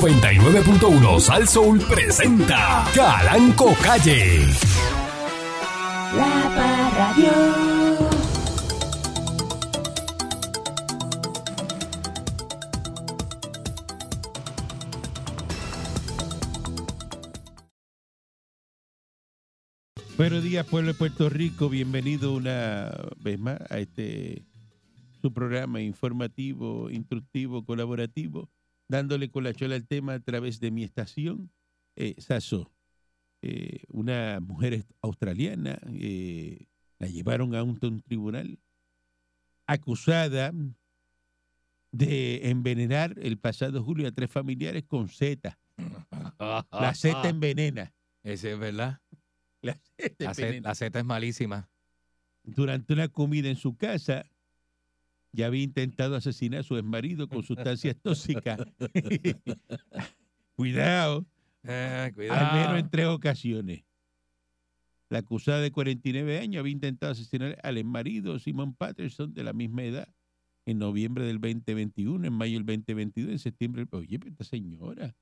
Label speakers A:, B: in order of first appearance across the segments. A: 99.1 Sal Soul presenta Calanco Calle.
B: La Parradio.
C: Buenos días, pueblo de Puerto Rico. Bienvenido una vez más a este su programa informativo, instructivo, colaborativo, dándole con la chola al tema a través de mi estación, eh, Sasso. Eh, una mujer est- australiana eh, la llevaron a un, t- un tribunal acusada de envenenar el pasado julio a tres familiares con zeta. La
D: Ah,
C: zeta envenena.
D: Ese es verdad.
C: La zeta
D: La,
C: envenena.
D: Z, la zeta es malísima.
C: durante una comida en su casa, ya había intentado asesinar a su exmarido con sustancias tóxicas. Cuidado, Ah,
D: Eh,
C: al
D: cuidado.
C: menos en tres ocasiones. La acusada de 49 años había intentado asesinar al exmarido Simon Patterson de la misma edad en noviembre del 2021, en mayo del 2022, en septiembre. del- Oye, pero esta señora.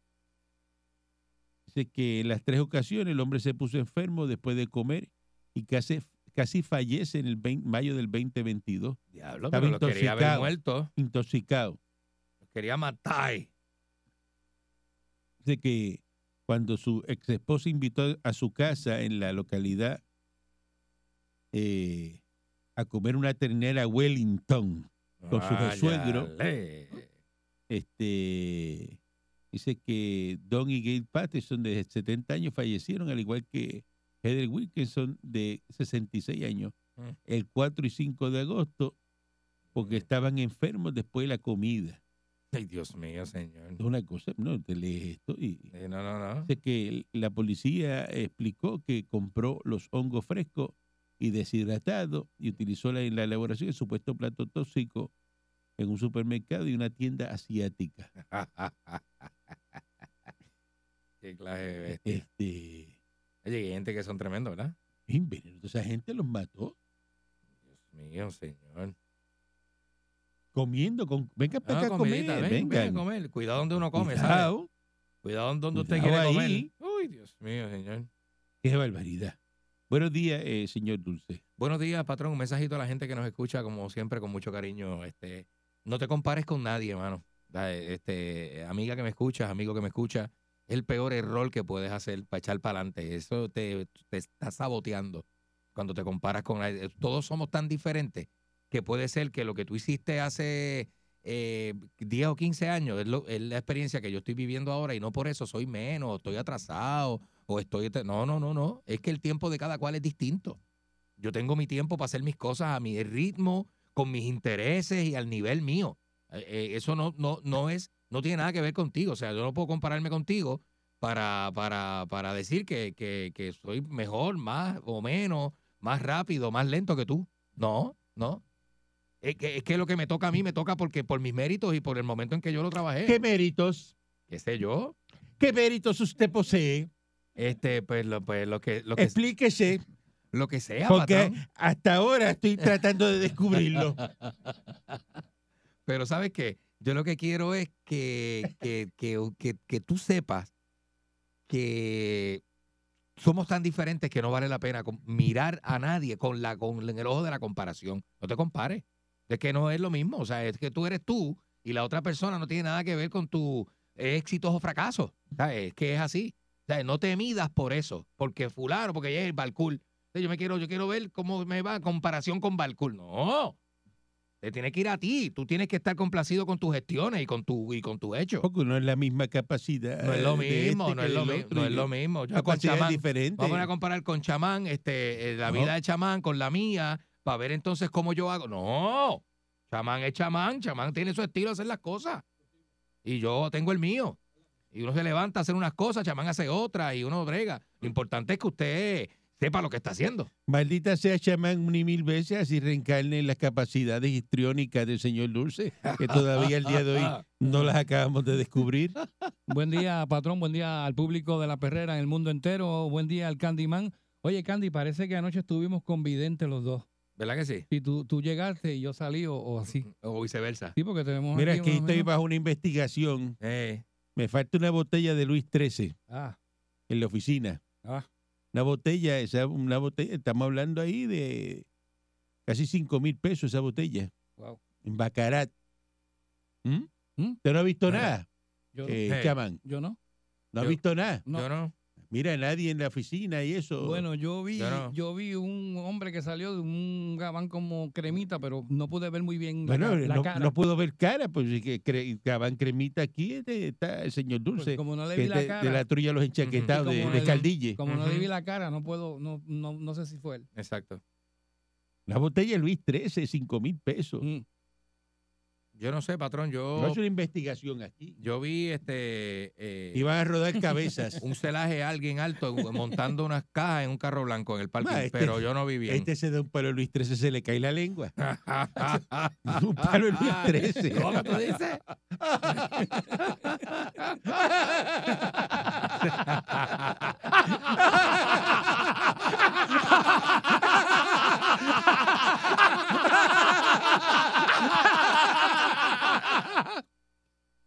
C: Dice que en las tres ocasiones el hombre se puso enfermo después de comer y casi, casi fallece en el 20 mayo del 2022,
D: Diablo,
C: Estaba
D: pero lo quería haber
C: intoxicado.
D: muerto.
C: intoxicado.
D: Lo quería matar.
C: Dice que cuando su ex esposa invitó a su casa en la localidad eh, a comer una ternera Wellington, Con su
D: Ah,
C: suegro.
D: Válale.
C: este, dice que Don y Gail Patterson de 70 años fallecieron, al igual que Heather Wilkinson de 66 años,
D: Mm.
C: el 4 y 5 de agosto, porque estaban enfermos después de la comida.
D: Ay, Dios mío, señor.
C: Es una cosa, no, te lees esto y,
D: Eh, no, no, no.
C: Dice que el- la policía explicó que compró los hongos frescos y deshidratados y utilizó la, en la elaboración del supuesto plato tóxico en un supermercado y una tienda asiática.
D: Qué clase
C: Eh,
D: de bestia.
C: Este,
D: Oye, hay gente que son tremendo, ¿verdad?
C: envenenó. Esa gente los mató
D: Dios mío, señor.
C: comiendo. Con, vengan
D: No,
C: para acá a comer.
D: comidita, ven, ven a
C: vengan.
D: comer. Cuidado donde uno come, ¿sabes?
C: Cuidado,
D: Cuidado donde usted quiere
C: Cuidado
D: comer.
C: ahí.
D: Uy, Dios mío, señor.
C: Qué barbaridad. Buenos días, eh, señor Dulce.
D: Buenos días, patrón. Un mensajito a la gente que nos escucha, como siempre, con mucho cariño. Este, no te compares con nadie, hermano. Da- Este, amiga que me escuchas, amigo que me escucha, es el peor error que puedes hacer para echar para adelante. Eso te, te está saboteando cuando te comparas con nadie. Todos somos tan diferentes que puede ser que lo que tú hiciste hace eh, 10 o 15 años es, lo- es la experiencia que yo estoy viviendo ahora y no por eso soy menos, o estoy atrasado, o estoy... No, no, no, no. Es que el tiempo de cada cual es distinto. Yo tengo mi tiempo para hacer mis cosas a mi ritmo, con mis intereses y al nivel mío. Eh, eh, eso no, no, no es, no tiene nada que ver contigo. O sea, yo no puedo compararme contigo para, para, para decir que, que, que soy mejor, más o menos, más rápido, más lento que tú. No, no. Es que, es que lo que me toca a mí me toca porque por mis méritos y por el momento en que yo lo trabajé.
C: ¿Qué méritos?
D: ¿Qué sé yo?
C: ¿Qué méritos usted posee?
D: Este, pues lo, pues, lo que, lo que,
C: Explíquese,
D: lo que sea,
C: porque
D: patrón.
C: hasta ahora estoy tratando de descubrirlo.
D: Pero sabes qué, yo lo que quiero es que, que, que- que- que tú sepas que somos tan diferentes que no vale la pena com- mirar a nadie con, la, con el ojo de la comparación. No te compares. Es que no es lo mismo. O sea, es que tú eres tú y la otra persona no tiene nada que ver con tus éxitos o fracasos. ¿Sabes? Es que es así. O sea, no te midas por eso, porque fulano, porque ella es el Balcool. Yo me quiero, yo quiero ver cómo me va en comparación con Balcool. No, te tiene que ir a ti. Tú tienes que estar complacido con tus gestiones y con tu y con tu hecho.
C: Porque no es la misma capacidad.
D: No es lo
C: de este
D: mismo,
C: que
D: no es
C: del
D: lo mismo,
C: otro
D: no
C: y
D: es
C: de-
D: lo mismo. Yo con
C: capacidad
D: chamán,
C: diferente.
D: vamos a comparar con chamán, este, eh, la vida
C: No.
D: de chamán con la mía, para ver entonces cómo yo hago. No, chamán es chamán, chamán tiene su estilo de hacer las cosas. Y yo tengo el mío. Y uno se levanta a hacer unas cosas, chamán hace otras y uno brega. Lo importante es que usted sepa lo que está haciendo.
C: Maldita sea chamán ni mil veces, así reencarne las capacidades histriónicas del señor Dulce, que todavía el día de
D: Ah,
C: hoy no las acabamos de descubrir.
E: Buen día, patrón. Buen día al público de la perrera en el mundo entero. Buen día al Candyman. Oye, Candy, parece que anoche estuvimos con vidente los dos.
D: ¿Verdad que sí?
E: Si tú, tú llegaste y yo salí o, o así.
D: O viceversa.
E: Sí, porque tenemos
C: Mira, es
E: aquí
C: que
E: más o
C: estoy
E: menos-
C: bajo una investigación.
D: Eh,
C: Me falta una botella de Luis XIII
E: Ah,
C: en la oficina.
E: ah.
C: Una botella, esa, una botella, estamos hablando ahí de casi 5 mil pesos esa botella.
E: Wow.
C: En Bacarat. ¿Mm?
E: ¿Mm?
C: ¿Usted no ha visto
D: Mira,
C: nada,
E: Yo,
C: eh,
D: Hey.
C: chamán?
E: yo no.
C: ¿No ha
D: yo-
C: visto nada?
E: No.
D: Yo no.
C: Mira, nadie en la oficina y eso.
E: Bueno, yo vi,
D: Yo no.
E: yo vi un hombre que salió de un gabán como cremita, pero no pude ver muy bien la,
C: Bueno,
E: ca- la
C: no,
E: cara.
C: no puedo ver cara, pues es que cre- Gabán Cremita aquí este, está el señor
E: Porque
C: Dulce,
E: Pues, como no le
C: que
E: vi
C: es
E: la
C: de,
E: cara,
C: de la trulla a los enchaquetados
E: Ujú. Y
C: de,
E: como
C: de
E: el-
C: Caldille.
E: como no le
D: Ujú.
E: vi la cara, no puedo, no, no, no sé si fue él.
D: Exacto.
C: La botella de Luis 13, 5 mil pesos.
E: Mm.
D: Yo no sé, patrón.
C: Yo
D: Yo,
C: hago una investigación aquí.
D: yo vi este eh,
C: Y van a rodar cabezas.
D: un celaje a alguien alto montando unas cajas en un carro blanco en el parking,
C: Ma, este-
D: pero yo no vi bien.
C: este se da un palo de Luis 13, se le cae la lengua. un palo de
E: Ah,
C: Luis 13.
D: ¿Cómo tú dices?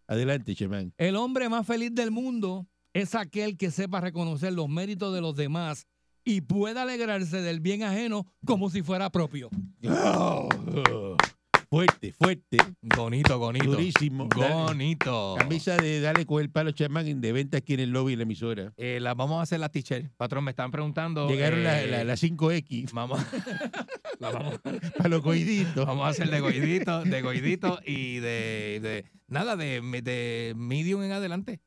C: Adelante, Chemán.
E: El hombre más feliz del mundo es aquel que sepa reconocer los méritos de los demás y pueda alegrarse del bien ajeno como si fuera propio.
C: Fuerte, fuerte,
D: Bonito, bonito.
C: durísimo. Dale.
D: Bonito.
C: Camisa de Dale con el palo chamán de venta aquí en el lobby de la emisora.
D: Eh, la- vamos a hacer las t-shirts. Patrón, me están preguntando.
C: Llegaron las
D: eh,
C: la, las 5X
D: Vamos, la vamos,
C: para los coiditos.
D: vamos a hacer de goidito, de goidito y de, de- nada, de, de medium en adelante.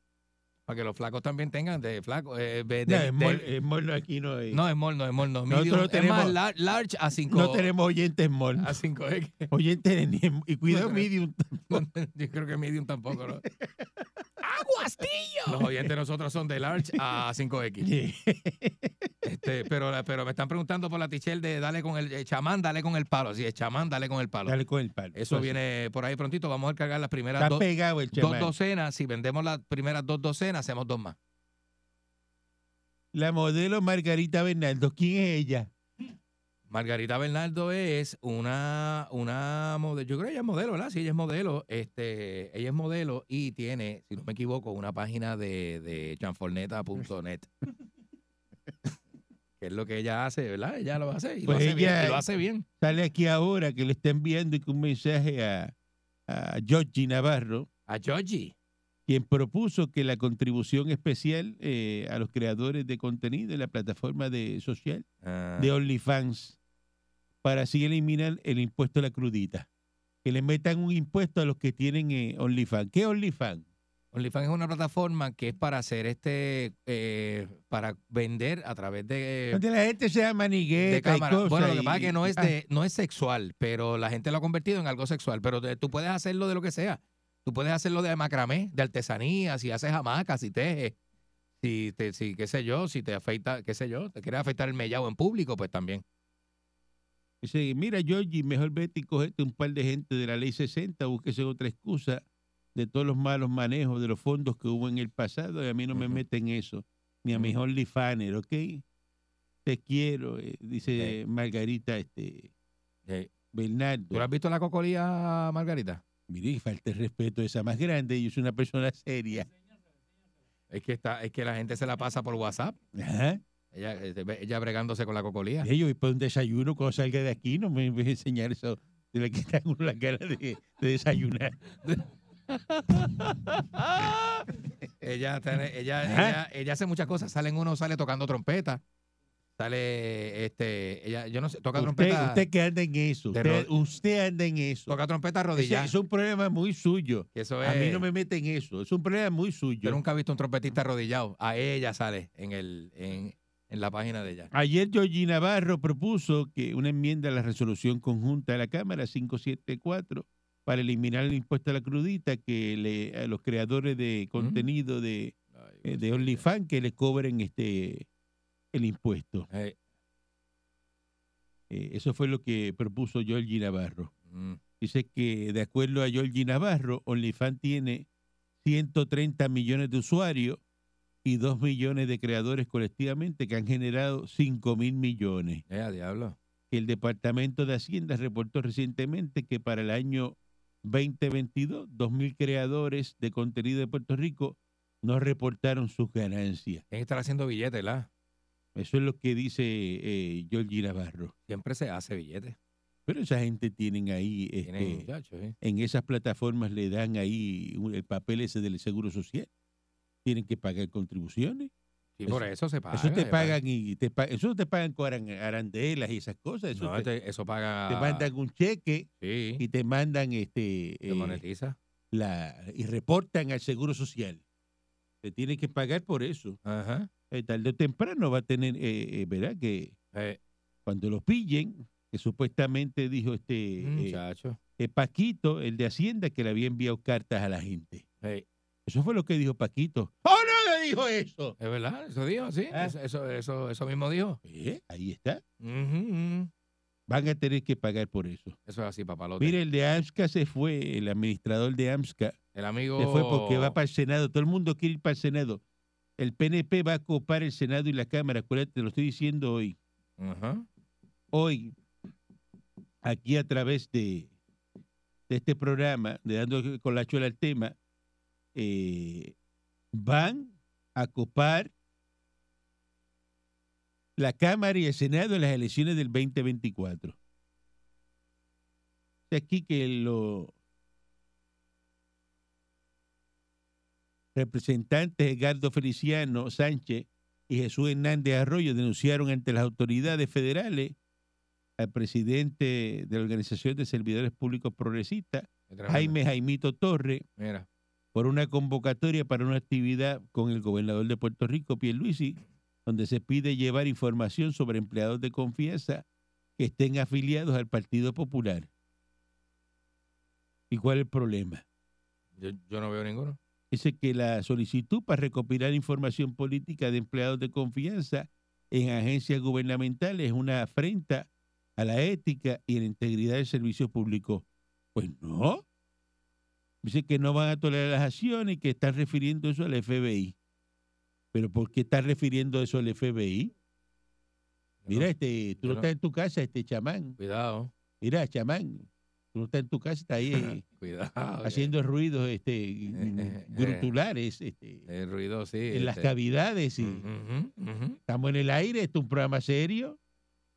D: Para que los flacos también tengan, de flaco. eh, de-
C: No,
D: de-
C: en mol-
D: de-
C: en mol aquí no hay.
D: no, small, no, small, no.
C: Nosotros
D: medium.
C: no
D: es
C: tenemos-
D: más lar- large a 5.
C: No tenemos oyentes mol.
D: A 5X.
C: Oyentes de ni en- Y cuidado,
D: No tenemos.
C: medium.
D: Yo creo que medium tampoco. ¿no? ¡Aguastillo! Los oyentes de nosotros son de large a 5X. Este, pero, la- pero me están preguntando por la tichel de dale con el eh, chamán, dale con el palo. Sí, es chamán, dale con el palo.
C: Dale Pues con el palo.
D: Eso
C: Así.
D: viene por ahí prontito. Vamos a cargar las primeras
C: Está
D: dos,
C: pegado el
D: dos
C: chamán.
D: docenas. Si vendemos las primeras dos docenas, hacemos dos más.
C: La modelo Margarita Bernardo. ¿Quién es ella?
D: Margarita Bernardo es una, una modelo. Yo creo que ella es modelo, ¿verdad? Sí, ella es modelo. Este, ella es modelo y tiene, si no me equivoco, una página de, de chanforneta.net. que es lo que ella hace, ¿verdad? Ella lo hace y,
C: Pues
D: lo, hace bien,
C: ella-
D: y lo hace bien.
C: Sale aquí ahora que le está enviando un mensaje a, a Georgie Navarro,
D: A Georgie.
C: quien propuso que la contribución especial eh, a los creadores de contenido en la plataforma de social
D: Ah,
C: de OnlyFans para así eliminar el impuesto a la crudita. Que le metan un impuesto a los que tienen eh, OnlyFans. ¿Qué es OnlyFans?
D: OnlyFans es una plataforma que es para hacer este, eh, para vender a través de
C: Donde la gente sea manigueta
D: Eh, de cámara.
C: y cosas.
D: bueno, lo que
C: y-
D: pasa es que no es,
C: Ah,
D: de, no es sexual, pero la gente lo ha convertido en algo sexual. Pero te- tú puedes hacerlo de lo que sea. Tú puedes hacerlo de macramé, de artesanía, si haces hamacas, si tejes, si, te, si qué sé yo, si te afeita, qué sé yo, te quieres afeitar el mellao en público, pues también.
C: dice, mira, Georgie, mejor vete y cogete un par de gente de la ley 60, búsquese otra excusa de todos los malos manejos de los fondos que hubo en el pasado y a mí no me
D: Ujú.
C: meten eso, ni a mis
D: Ujú.
C: OnlyFans, ¿ok? Te quiero, eh, dice Margarita este, Bernardo.
D: ¿Tú le has visto la cocolía, Margarita?
C: Mire, y falta el respeto de esa más grande. Yo soy una persona seria.
D: Es que está, es que la gente se la pasa por WhatsApp.
C: Ajá.
D: Ella, este, ve- ella bregándose con la cocolía.
C: Y Yo voy para un desayuno cuando salga de aquí. No me voy a enseñar eso de la que está uno la cara de, de desayunar.
D: Ella, tiene- ella,
C: Ajá.
D: ella, ella hace muchas cosas. Salen uno, sale tocando trompeta. Sale, este, ella, yo no sé, toca
C: Usted,
D: trompeta.
C: usted que anda en eso.
D: de
C: Usted,
D: ro-
C: usted anda en eso.
D: Toca trompeta
C: Ese-
D: rodillada.
C: Es un problema muy suyo.
D: que eso es,
C: A mí no me meten eso. Es un problema muy
D: Yo
C: suyo.
D: nunca he visto un trompetista arrodillado. A ella sale en, el, en, en la página de ella.
C: Ayer Georgie Navarro propuso que una enmienda a la resolución conjunta de la Cámara 574 para eliminar el impuesto a la crudita que le, a los creadores
D: Mm.
C: de contenido de, eh, de OnlyFans que le cobren este el impuesto.
D: Eh,
C: Eh, eso fue lo que propuso Georgie Navarro.
D: mm,
C: Dice que de acuerdo a Georgie Navarro, OnlyFans tiene 130 millones de usuarios y 2 millones de creadores colectivamente que han generado 5 mil millones.
D: eh, a diablo.
C: que el Departamento de Hacienda reportó recientemente que para el año 2022, 2.000 creadores de contenido de Puerto Rico no reportaron sus ganancias.
D: Tienen que estar haciendo billetes, ¿verdad?
C: Eso es lo que dice eh, Georgie Navarro.
D: Siempre se hace billetes.
C: Pero esa gente tienen ahí, este,
D: Tienen muchachos, ¿eh?
C: en esas plataformas le dan ahí un- el papel ese del Seguro Social. Tienen que pagar contribuciones.
D: Y
C: Eso-
D: por eso se paga.
C: eso te
D: se
C: pagan y te pa- eso te pagan con aran- arandelas y esas cosas. Eso
D: No,
C: te,
D: este- eso paga.
C: te mandan un cheque
D: Sí,
C: y te mandan este
D: se
C: eh,
D: monetiza.
C: la y reportan al Seguro Social. Te tienen que pagar por eso.
D: Ajá.
C: Eh, tarde o temprano va a tener, eh, eh, ¿verdad? Que
D: Eh,
C: cuando los pillen, que supuestamente dijo este
D: Mm,
C: eh,
D: muchacho.
C: eh, Paquito, el de Hacienda, que le había enviado cartas a la gente.
D: Eh,
C: Eso fue lo que dijo Paquito. ¡Oh, no me dijo eso!
D: es verdad, eso dijo, sí.
C: Ah.
D: Eso, eso, eso, eso mismo dijo.
C: Eh, ahí está.
D: Ujú, ujú.
C: Van a tener que pagar por eso.
D: Eso es así, papalote.
C: Mire, el de AMSCA se fue, el administrador de AMSCA
D: el amigo.
C: se fue porque
D: Oh.
C: va para el Senado. Todo el mundo quiere ir para el Senado. El PNP va a copar el Senado y la Cámara. Acuérdate, te lo estoy diciendo hoy.
D: Ajá.
C: hoy, aquí a través de, de este programa, de Dando con la Chola el tema, eh, van a copar la Cámara y el Senado en las elecciones del 2024. De aquí que los representantes Edgardo Feliciano Sánchez y Jesús Hernández Arroyo denunciaron ante las autoridades federales al presidente de la Organización de Servidores Públicos Progresistas,
D: Qué tremendo.
C: Jaime Jaimito Torres,
D: Mira.
C: por una convocatoria para una actividad con el gobernador de Puerto Rico, Pierluisi, donde se pide llevar información sobre empleados de confianza que estén afiliados al Partido Popular. ¿Y cuál es el problema?
D: Yo, yo no veo ninguno.
C: Dice que la solicitud para recopilar información política de empleados de confianza en agencias gubernamentales es una afrenta a la ética y a la integridad del servicio público. Pues no. Dice que no van a tolerar las acciones y que están refiriendo eso al FBI. ¿Pero por qué están refiriendo eso al FBI?
D: Yo
C: Mira,
D: no-
C: este, tú
D: yo
C: no
D: no-
C: estás en tu casa, este chamán.
D: Cuidado.
C: Mira, chamán, tú no estás en tu casa, está ahí eh,
D: Cuidado. que
C: haciendo ruidos este,
D: eh, eh.
C: grutulares. Este,
D: El ruido, sí.
C: en las
D: este.
C: cavidades. y
D: Ujú, ujú.
C: Estamos en el aire, esto es un programa serio.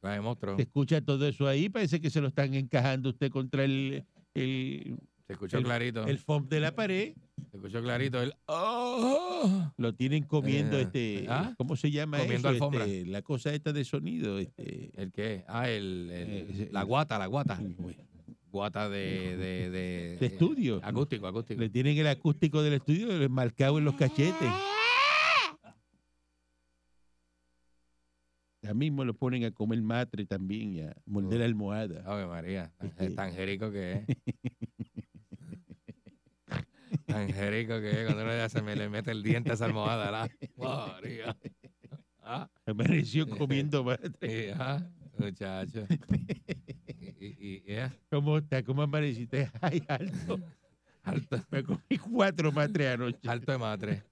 D: La de monstruo.
C: Se escucha todo eso ahí, parece que se lo están encajando usted contra el, el,
D: Se escuchó
C: el-
D: clarito.
C: el foam de la pared.
D: se escuchó clarito. El. ¡Oh!
C: Lo tienen comiendo,
D: Eh,
C: este,
D: ¿ah?
C: ¿cómo se llama
D: Comiendo
C: eso?
D: alfombra.
C: Este, la cosa esta de sonido. Este,
D: ¿El qué? Ah, el, el-
C: Eh,
D: la guata, la guata.
C: le
D: Guata de. De, de,
C: De estudio.
D: Acústico, acústico.
C: tienen el acústico del estudio le marcado en los cachetes. Ya mismo lo ponen a comer matre también y a morder la almohada.
D: Ave María. tan- Es tan jerico que es. Tan jerico que es. Cuando uno ya se me le mete el diente a esa almohada. La, María. Ah.
C: Apareció comiendo matre.
D: Sí, ajá, muchacho. Y, y- y- yeah,
C: ¿Cómo está? ¿Cómo amaneciste? Ay, alto.
D: alto,
C: Me comí cuatro matres anoche.
D: alto de madre.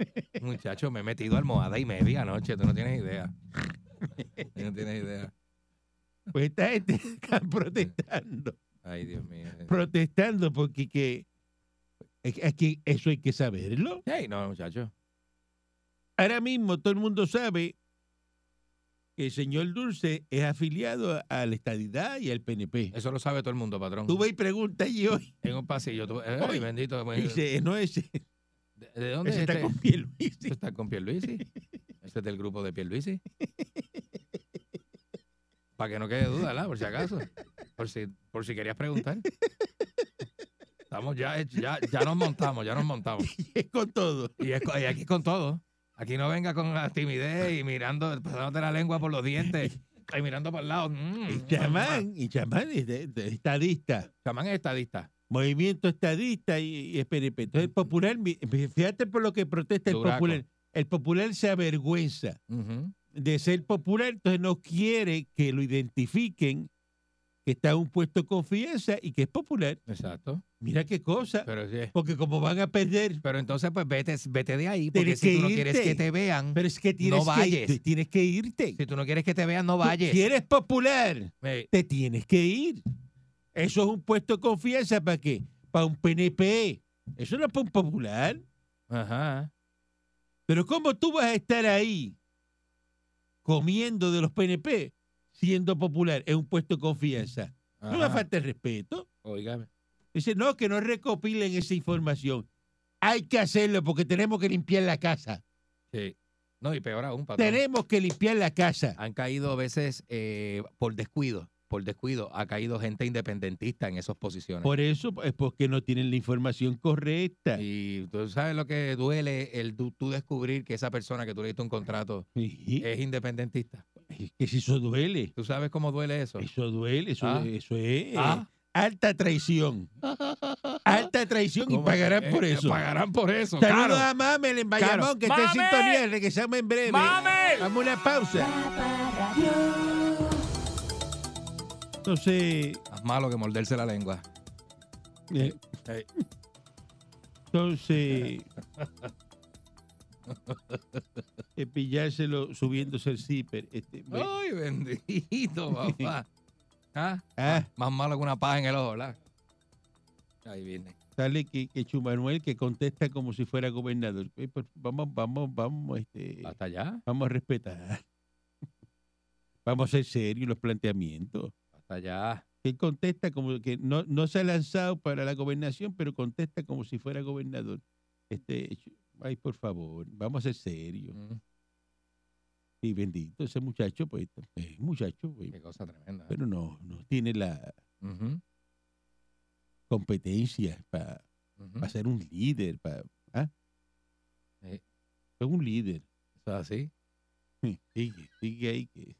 D: Muchacho, me he metido almohada y media anoche, tú no tienes idea. Tú no tienes idea.
C: Pues esta gente está protestando.
D: Ay, Dios mío.
C: Protestando porque que, es- es que eso hay que saberlo.
D: Ey, no, muchacho.
C: Ahora mismo todo el mundo sabe que el señor Dulce es afiliado a- a la estadidad y al PNP.
D: Eso lo sabe todo el mundo, patrón.
C: Tú ve y pregunta allí hoy.
D: En un pasillo. Tú, ay,
C: Hoy.
D: bendito. bueno,
C: Dice, no, ese,
D: ¿De, de dónde
C: ese
D: es
C: está
D: este?
C: con Pierluisi.
D: ¿Tú estás con Pierluisi? ¿Este es del grupo de Pierluisi? Para que no quede duda, ¿verdad? Por si acaso. Por si, por si querías preguntar. Estamos ya, hech- ya, ya nos montamos, ya nos montamos.
C: Y es con todo.
D: Y, es co- y aquí es con todo. Aquí no venga con la timidez y mirando, pasándote la lengua por los dientes y mirando para el lado.
C: Y
D: Mm.
C: chamán, y chamán es de- de estadista.
D: Chamán es estadista.
C: movimiento estadista y, y es PNP. Entonces el popular, mi- fíjate por lo que protesta el
D: Duraco.
C: popular. El popular se avergüenza
D: Ujú.
C: de ser popular, entonces no quiere que lo identifiquen, que está en un puesto de confianza y que es popular.
D: Exacto.
C: Mira qué cosa,
D: Pero, sí.
C: porque como van a perder,
D: pero entonces, pues vete, vete de ahí, porque
C: Tienes
D: si
C: que
D: tú no quieres
C: irte.
D: que te vean,
C: pero es que tienes, que,
D: vayas.
C: tienes que irte.
D: si tú no quieres que te vean, no
C: Tú
D: vayas.
C: quieres popular,
D: Ey.
C: te tienes que ir. Eso es un puesto de confianza para qué? Para un PNP. Eso no es para un popular.
D: Ajá.
C: Pero ¿cómo tú vas a estar ahí comiendo de los PNP siendo popular en un puesto de confianza? No una
D: Ajá,
C: falta de respeto.
D: Óigame.
C: Dice, no, que no recopilen esa información. Hay que hacerlo porque tenemos que limpiar la casa.
D: Sí. No, y peor aún, patrón.
C: Tenemos que limpiar la casa.
D: Han caído a veces eh, por descuido. Por descuido ha caído gente independentista en esas posiciones.
C: Por eso es porque no tienen la información correcta.
D: Y tú sabes lo que duele el tú, tú descubrir que esa persona que tú le diste un contrato
C: Y-
D: es independentista.
C: y- que si eso duele.
D: ¿Tú sabes cómo duele eso?
C: Eso duele, eso,
D: Ah.
C: eso es
D: Ah.
C: alta traición. alta traición y
D: ¿Cómo?
C: pagarán
D: Eh,
C: por eso.
D: Pagarán por eso.
C: Saludos
D: claro.
C: a Mamel en
D: Claro.
C: Bayamón, que está en
D: ¡Mamel!
C: sintonía. Regresamos en breve.
D: ¡Mamel!
C: Vamos a una pausa. Entonces,
D: Más malo que morderse la lengua.
C: eh,
D: Ey.
C: entonces, eh, pillárselo subiéndose el zipper. este, ve-
D: Ay, bendito, papá. ¿Ah?
C: Ah,
D: Más malo que una paja en el ojo, ¿verdad? Ahí viene.
C: sale que, que Chumanuel que contesta como si fuera gobernador. Eh, por- Vamos, vamos, vamos, este.
D: Hasta allá,
C: Vamos a respetar. Vamos a ser serios los planteamientos.
D: hasta allá.
C: Él contesta como que no, no se ha lanzado para la gobernación, pero contesta como si fuera gobernador. Este, ay, por favor, vamos a ser serios.
D: Mm,
C: Y bendito ese muchacho, pues, es muchacho, pues,
D: Qué cosa tremenda. ¿eh?
C: pero no, no tiene la
D: Ujú,
C: competencia para
D: ujú.
C: ser un líder, para
D: Sí,
C: es un líder.
D: Eso es así.
C: Sigue, sigue ahí que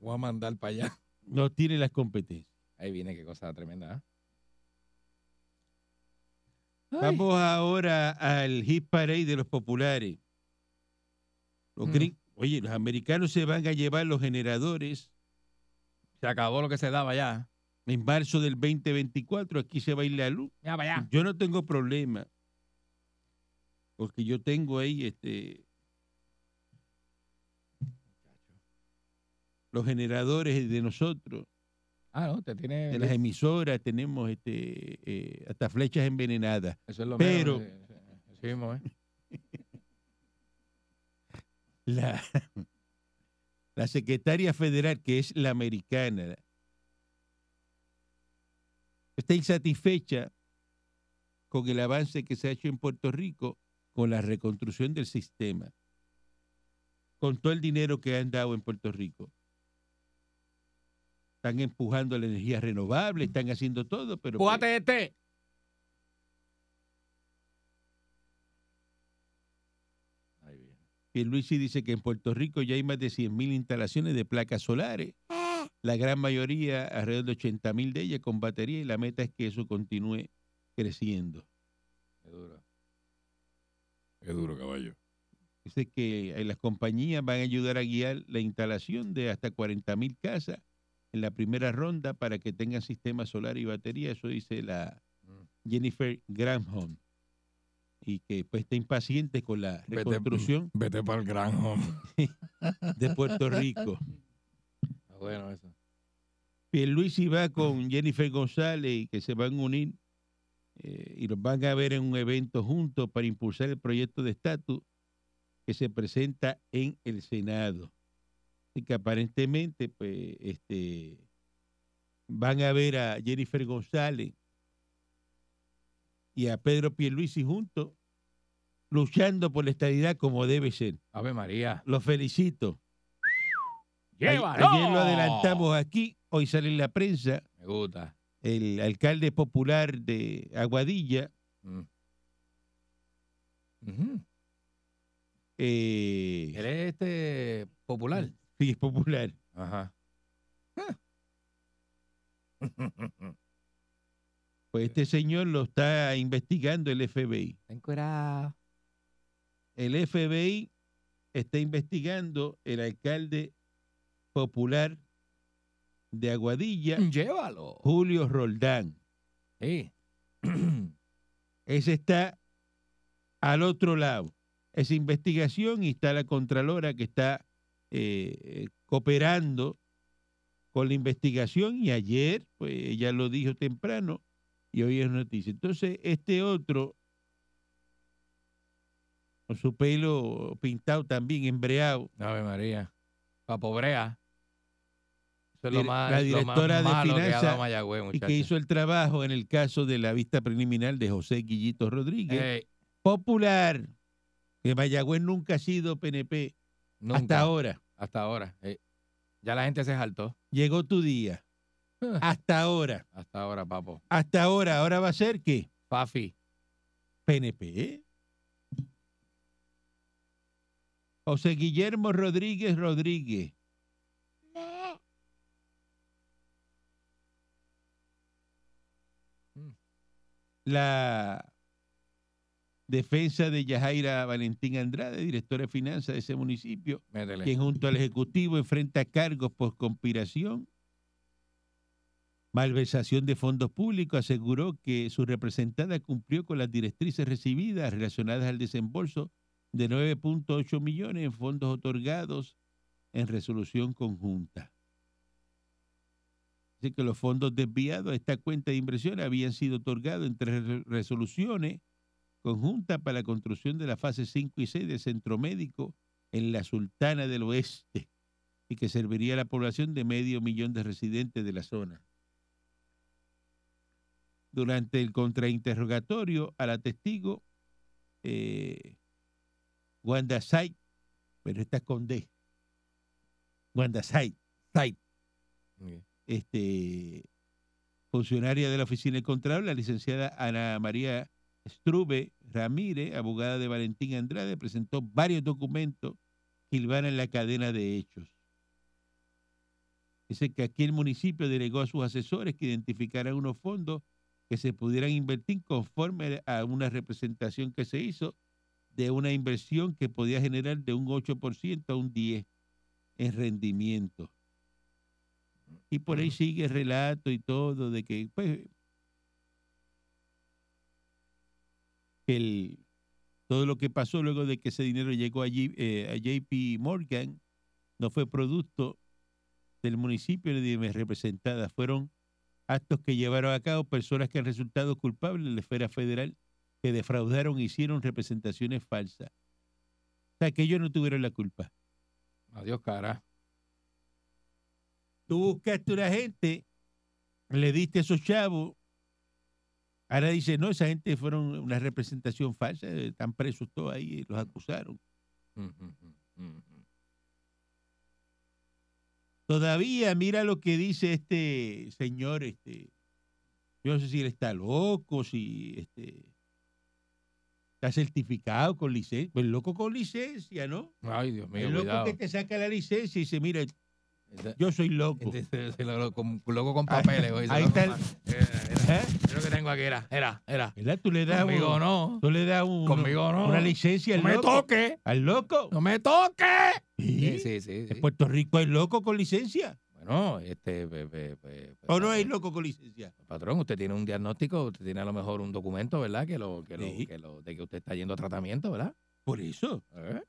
D: Voy a mandar para allá.
C: no tiene las competencias.
D: Ahí viene, qué cosa tremenda. ¿eh? Ay.
C: Vamos ahora al hit parade de los populares. Los
D: Mm.
C: gring- Oye, los americanos se van a llevar los generadores
D: Se acabó lo que se daba ya.
C: en marzo del 2024. Aquí se va a ir la luz.
D: Ya para allá.
C: Yo no tengo problema. Porque yo tengo ahí este los generadores de nosotros,
D: Ah, no, te tiene.
C: de las emisoras, tenemos este eh, hasta flechas envenenadas.
D: Eso es lo
C: pero-
D: menos, eh, eh, Eso mismo, ¿eh?
C: la, la secretaria federal, que es la americana, está insatisfecha con el avance que se ha hecho en Puerto Rico con la reconstrucción del sistema, con todo el dinero que han dado en Puerto Rico. Están empujando la energía renovable, están haciendo todo, pero... pues,
D: Pújate este. Ahí viene.
C: Pierluisi dice que en Puerto Rico ya hay más de 100.000 instalaciones de placas solares. La gran mayoría, alrededor de 80.000 de ellas con batería y la meta es que eso continúe creciendo.
D: Qué duro. Qué duro, caballo.
C: Dice que eh, las compañías van a ayudar a guiar la instalación de hasta 40.000 casas en la primera ronda para que tengan sistema solar y batería. Eso dice la Jennifer Granholm. Y que pues está impaciente con la
D: Vete-
C: reconstrucción
D: Vete para el gran home.
C: de Puerto Rico.
D: Bueno, eso.
C: Pierluisi va con Jennifer González y que se van a unir eh, y los van a ver en un evento juntos para impulsar el proyecto de estatus que se presenta en el Senado. Así que aparentemente, pues, este, van a ver a Jennifer González y a Pedro Pierluisi juntos luchando por la estabilidad como debe ser.
D: Ave María.
C: Los felicito. A- Ayer lo adelantamos aquí, hoy sale en la prensa
D: Me gusta.
C: el alcalde popular de Aguadilla,
D: Mm. Ujú.
C: eh,
D: Él es este popular.
C: sí, es popular,
D: Ajá.
C: pues este señor lo está investigando el FBI.
D: Ten cuidado.
C: El FBI está investigando el alcalde popular de Aguadilla,
D: Mm. Llévalo.
C: Julio Roldán.
D: Sí.
C: Ese está al otro lado. Esa investigación y está la Contralora que está eh, eh, cooperando con la investigación y ayer, pues ella lo dijo temprano y hoy es noticia. Entonces, este otro con su pelo pintado también, embreado.
D: Ave María. Pa' pobrea. Eso es lo
C: Dir-
D: más,
C: la
D: lo más
C: directora de
D: malo que ha dado
C: finanzas
D: Mayagüez,
C: Y
D: muchachos.
C: que hizo el trabajo en el caso de la vista preliminar de José Guillito Rodríguez.
D: Ey,
C: Popular. Que Mayagüez nunca ha sido PNP
D: nunca,
C: hasta ahora.
D: Hasta ahora. ey. Ya la gente se saltó.
C: Llegó tu día. Hasta ahora.
D: Hasta ahora, papo.
C: Hasta ahora. Ahora va a ser que
D: Pafi.
C: PNP. José Guillermo Rodríguez Rodríguez. La defensa de Yajaira Valentín Andrade, directora de finanzas de ese municipio,
D: Métele.
C: quien junto al Ejecutivo enfrenta cargos por conspiración, malversación de fondos públicos, aseguró que su representada cumplió con las directrices recibidas relacionadas al desembolso de 9.8 millones en fondos otorgados en resolución conjunta. Así que los fondos desviados a esta cuenta de inversión habían sido otorgados en tres re- resoluciones conjuntas para la construcción de la fase 5 y 6 del Centro Médico en la Sultana del Oeste y que serviría a la población de medio millón de residentes de la zona. Durante el contrainterrogatorio a la testigo, eh, Wanda Said, pero está con D, Wanda Said, Said,
D: Ok.
C: este, funcionaria de la Oficina del Contralor, la licenciada Ana María Strube Ramírez, abogada de Valentín Andrade, presentó varios documentos que en la cadena de hechos. Dice que aquí el municipio delegó a sus asesores que identificaran unos fondos que se pudieran invertir conforme a una representación que se hizo de una inversión que podía generar de un 8% a un 10% en rendimiento. Y por ahí sigue el relato y todo de que pues, el, todo lo que pasó luego de que ese dinero llegó allí eh, a JP Morgan no fue producto del municipio ni de mis representadas, fueron actos que llevaron a cabo personas que han resultado culpables en la esfera federal, que defraudaron e hicieron representaciones falsas. O sea, que ellos no tuvieron la culpa.
D: Adiós, cara.
C: Tú buscaste una gente, le diste esos chavos, ahora dice, no, esa gente fueron una representación falsa, eh, están presos todos ahí, eh, los acusaron.
D: Mm, mm, mm, mm, mm.
C: Todavía, mira lo que dice este señor, este, yo no sé si él está loco, si este está certificado con licencia, pues loco con licencia, ¿no?
D: Ay, Dios mío,
C: el loco
D: cuidado.
C: que te saca la licencia y dice, mira,
D: Este-
C: yo soy loco.
D: este- este- lo- lo- con- Loco con papeles. hoy,
C: ahí
D: loco
C: está
D: con
C: el-
D: pa- Era, era.
C: ¿Eh?
D: Yo lo que tengo aquí era, era, era.
C: ¿Verdad? Tú le das, un-
D: Conmigo no.
C: tú le das un-
D: Conmigo no.
C: una licencia
D: No
C: al
D: me
C: loco.
D: toque.
C: ¿Al loco?
D: No me toque.
C: Sí.
D: sí, sí. sí.
C: ¿En Puerto Rico hay loco con licencia?
D: Bueno, este. pe- pe- pe- pe-
C: ¿O Oh, no hay
D: patrón,
C: loco con licencia?
D: Patrón, usted tiene un diagnóstico, usted tiene a lo mejor un documento, ¿verdad? Que lo, que lo,
C: Sí.
D: que lo, de que usted está yendo a tratamiento, ¿verdad?
C: Por eso.
D: ¿Eh?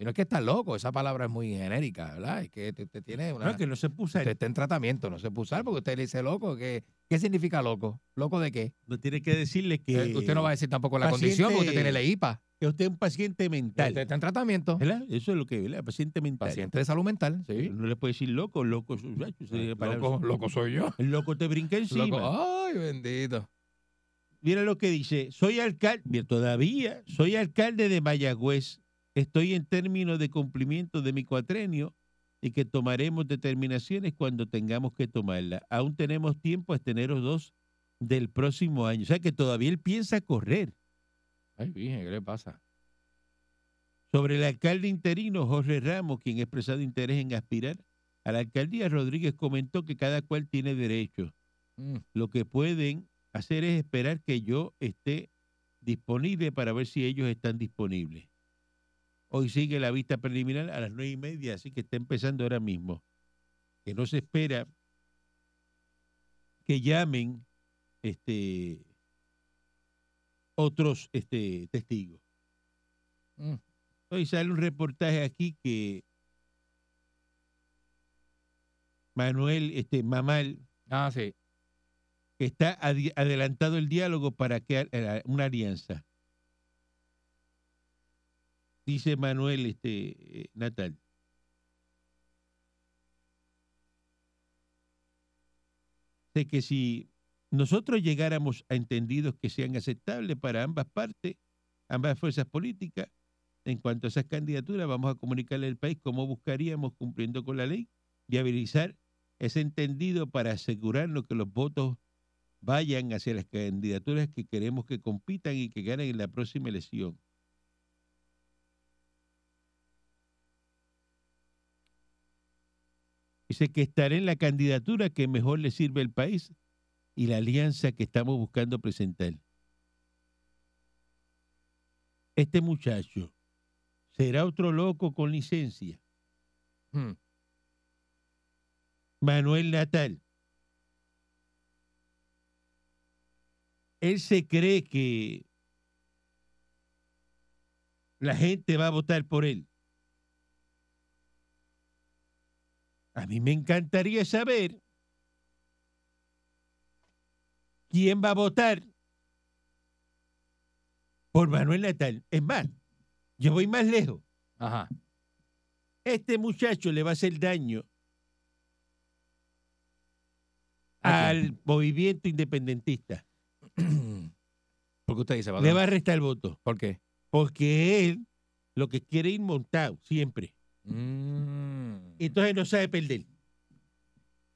D: Y no es que está loco, esa palabra es muy genérica, ¿verdad? Es que usted, usted tiene una.
C: No, que no se puso,
D: Usted está en tratamiento, no se puede usar porque usted le dice loco. ¿Qué, qué significa loco? ¿Loco de qué?
C: no tiene que decirle que
D: Eh, usted no va a decir tampoco la
C: paciente-
D: condición porque usted tiene la IPA.
C: que usted es un paciente mental.
D: Usted está en tratamiento.
C: ¿Verdad? Eso es lo que, ¿verdad? Paciente mental.
D: Paciente de salud mental, sí. Ah,
C: No le puede decir loco, loco, eso, eso sería palabra-
D: Loco, loco soy yo.
C: El loco te brinca encima.
D: Loco. ah. Ay, bendito.
C: Mira lo que dice, soy alcalde, todavía soy alcalde de Mayagüez, estoy en términos de cumplimiento de mi cuatrenio y que tomaremos determinaciones cuando tengamos que tomarlas. Aún tenemos tiempo hasta enero 2 del próximo año. O sea que todavía él piensa correr.
D: Ay, virgen, ¿qué le pasa?
C: sobre el alcalde interino Jorge Ramos, quien ha expresado interés en aspirar a la alcaldía, Rodríguez comentó que cada cual tiene derecho.
D: Mm.
C: Lo que pueden hacer es esperar que yo esté disponible para ver si ellos están disponibles. Hoy sigue la vista preliminar a las nueve y media, así que está empezando ahora mismo. Que no se espera que llamen este, otros este, testigos.
D: Mm.
C: Hoy sale un reportaje aquí que Manuel este, Mamal,
D: Ah, sí.
C: que está adi- eh, adelantado el diálogo para que a- a- una alianza. Dice Manuel este, eh, Natal. De que si nosotros llegáramos a entendidos que sean aceptables para ambas partes, ambas fuerzas políticas, en cuanto a esas candidaturas, vamos a comunicarle al país cómo buscaríamos, cumpliendo con la ley, viabilizar ese entendido para asegurarnos que los votos vayan hacia las candidaturas que queremos que compitan y que ganen en la próxima elección. Dice que estaré en la candidatura que mejor le sirve al país y la alianza que estamos buscando presentar. Este muchacho será otro loco con licencia.
D: Hmm.
C: Manuel Natal. Él se cree que la gente va a votar por él. A mí me encantaría saber quién va a votar por Manuel Natal. Es más, yo voy más lejos.
D: Ajá.
C: Este muchacho le va a hacer daño
D: ¿A
C: al movimiento independentista.
D: ¿Por qué usted dice,
C: Le
D: patrón?
C: va a restar el voto.
D: ¿Por qué?
C: Porque él lo que quiere es ir montado siempre.
D: Mm.
C: Entonces no sabe perder.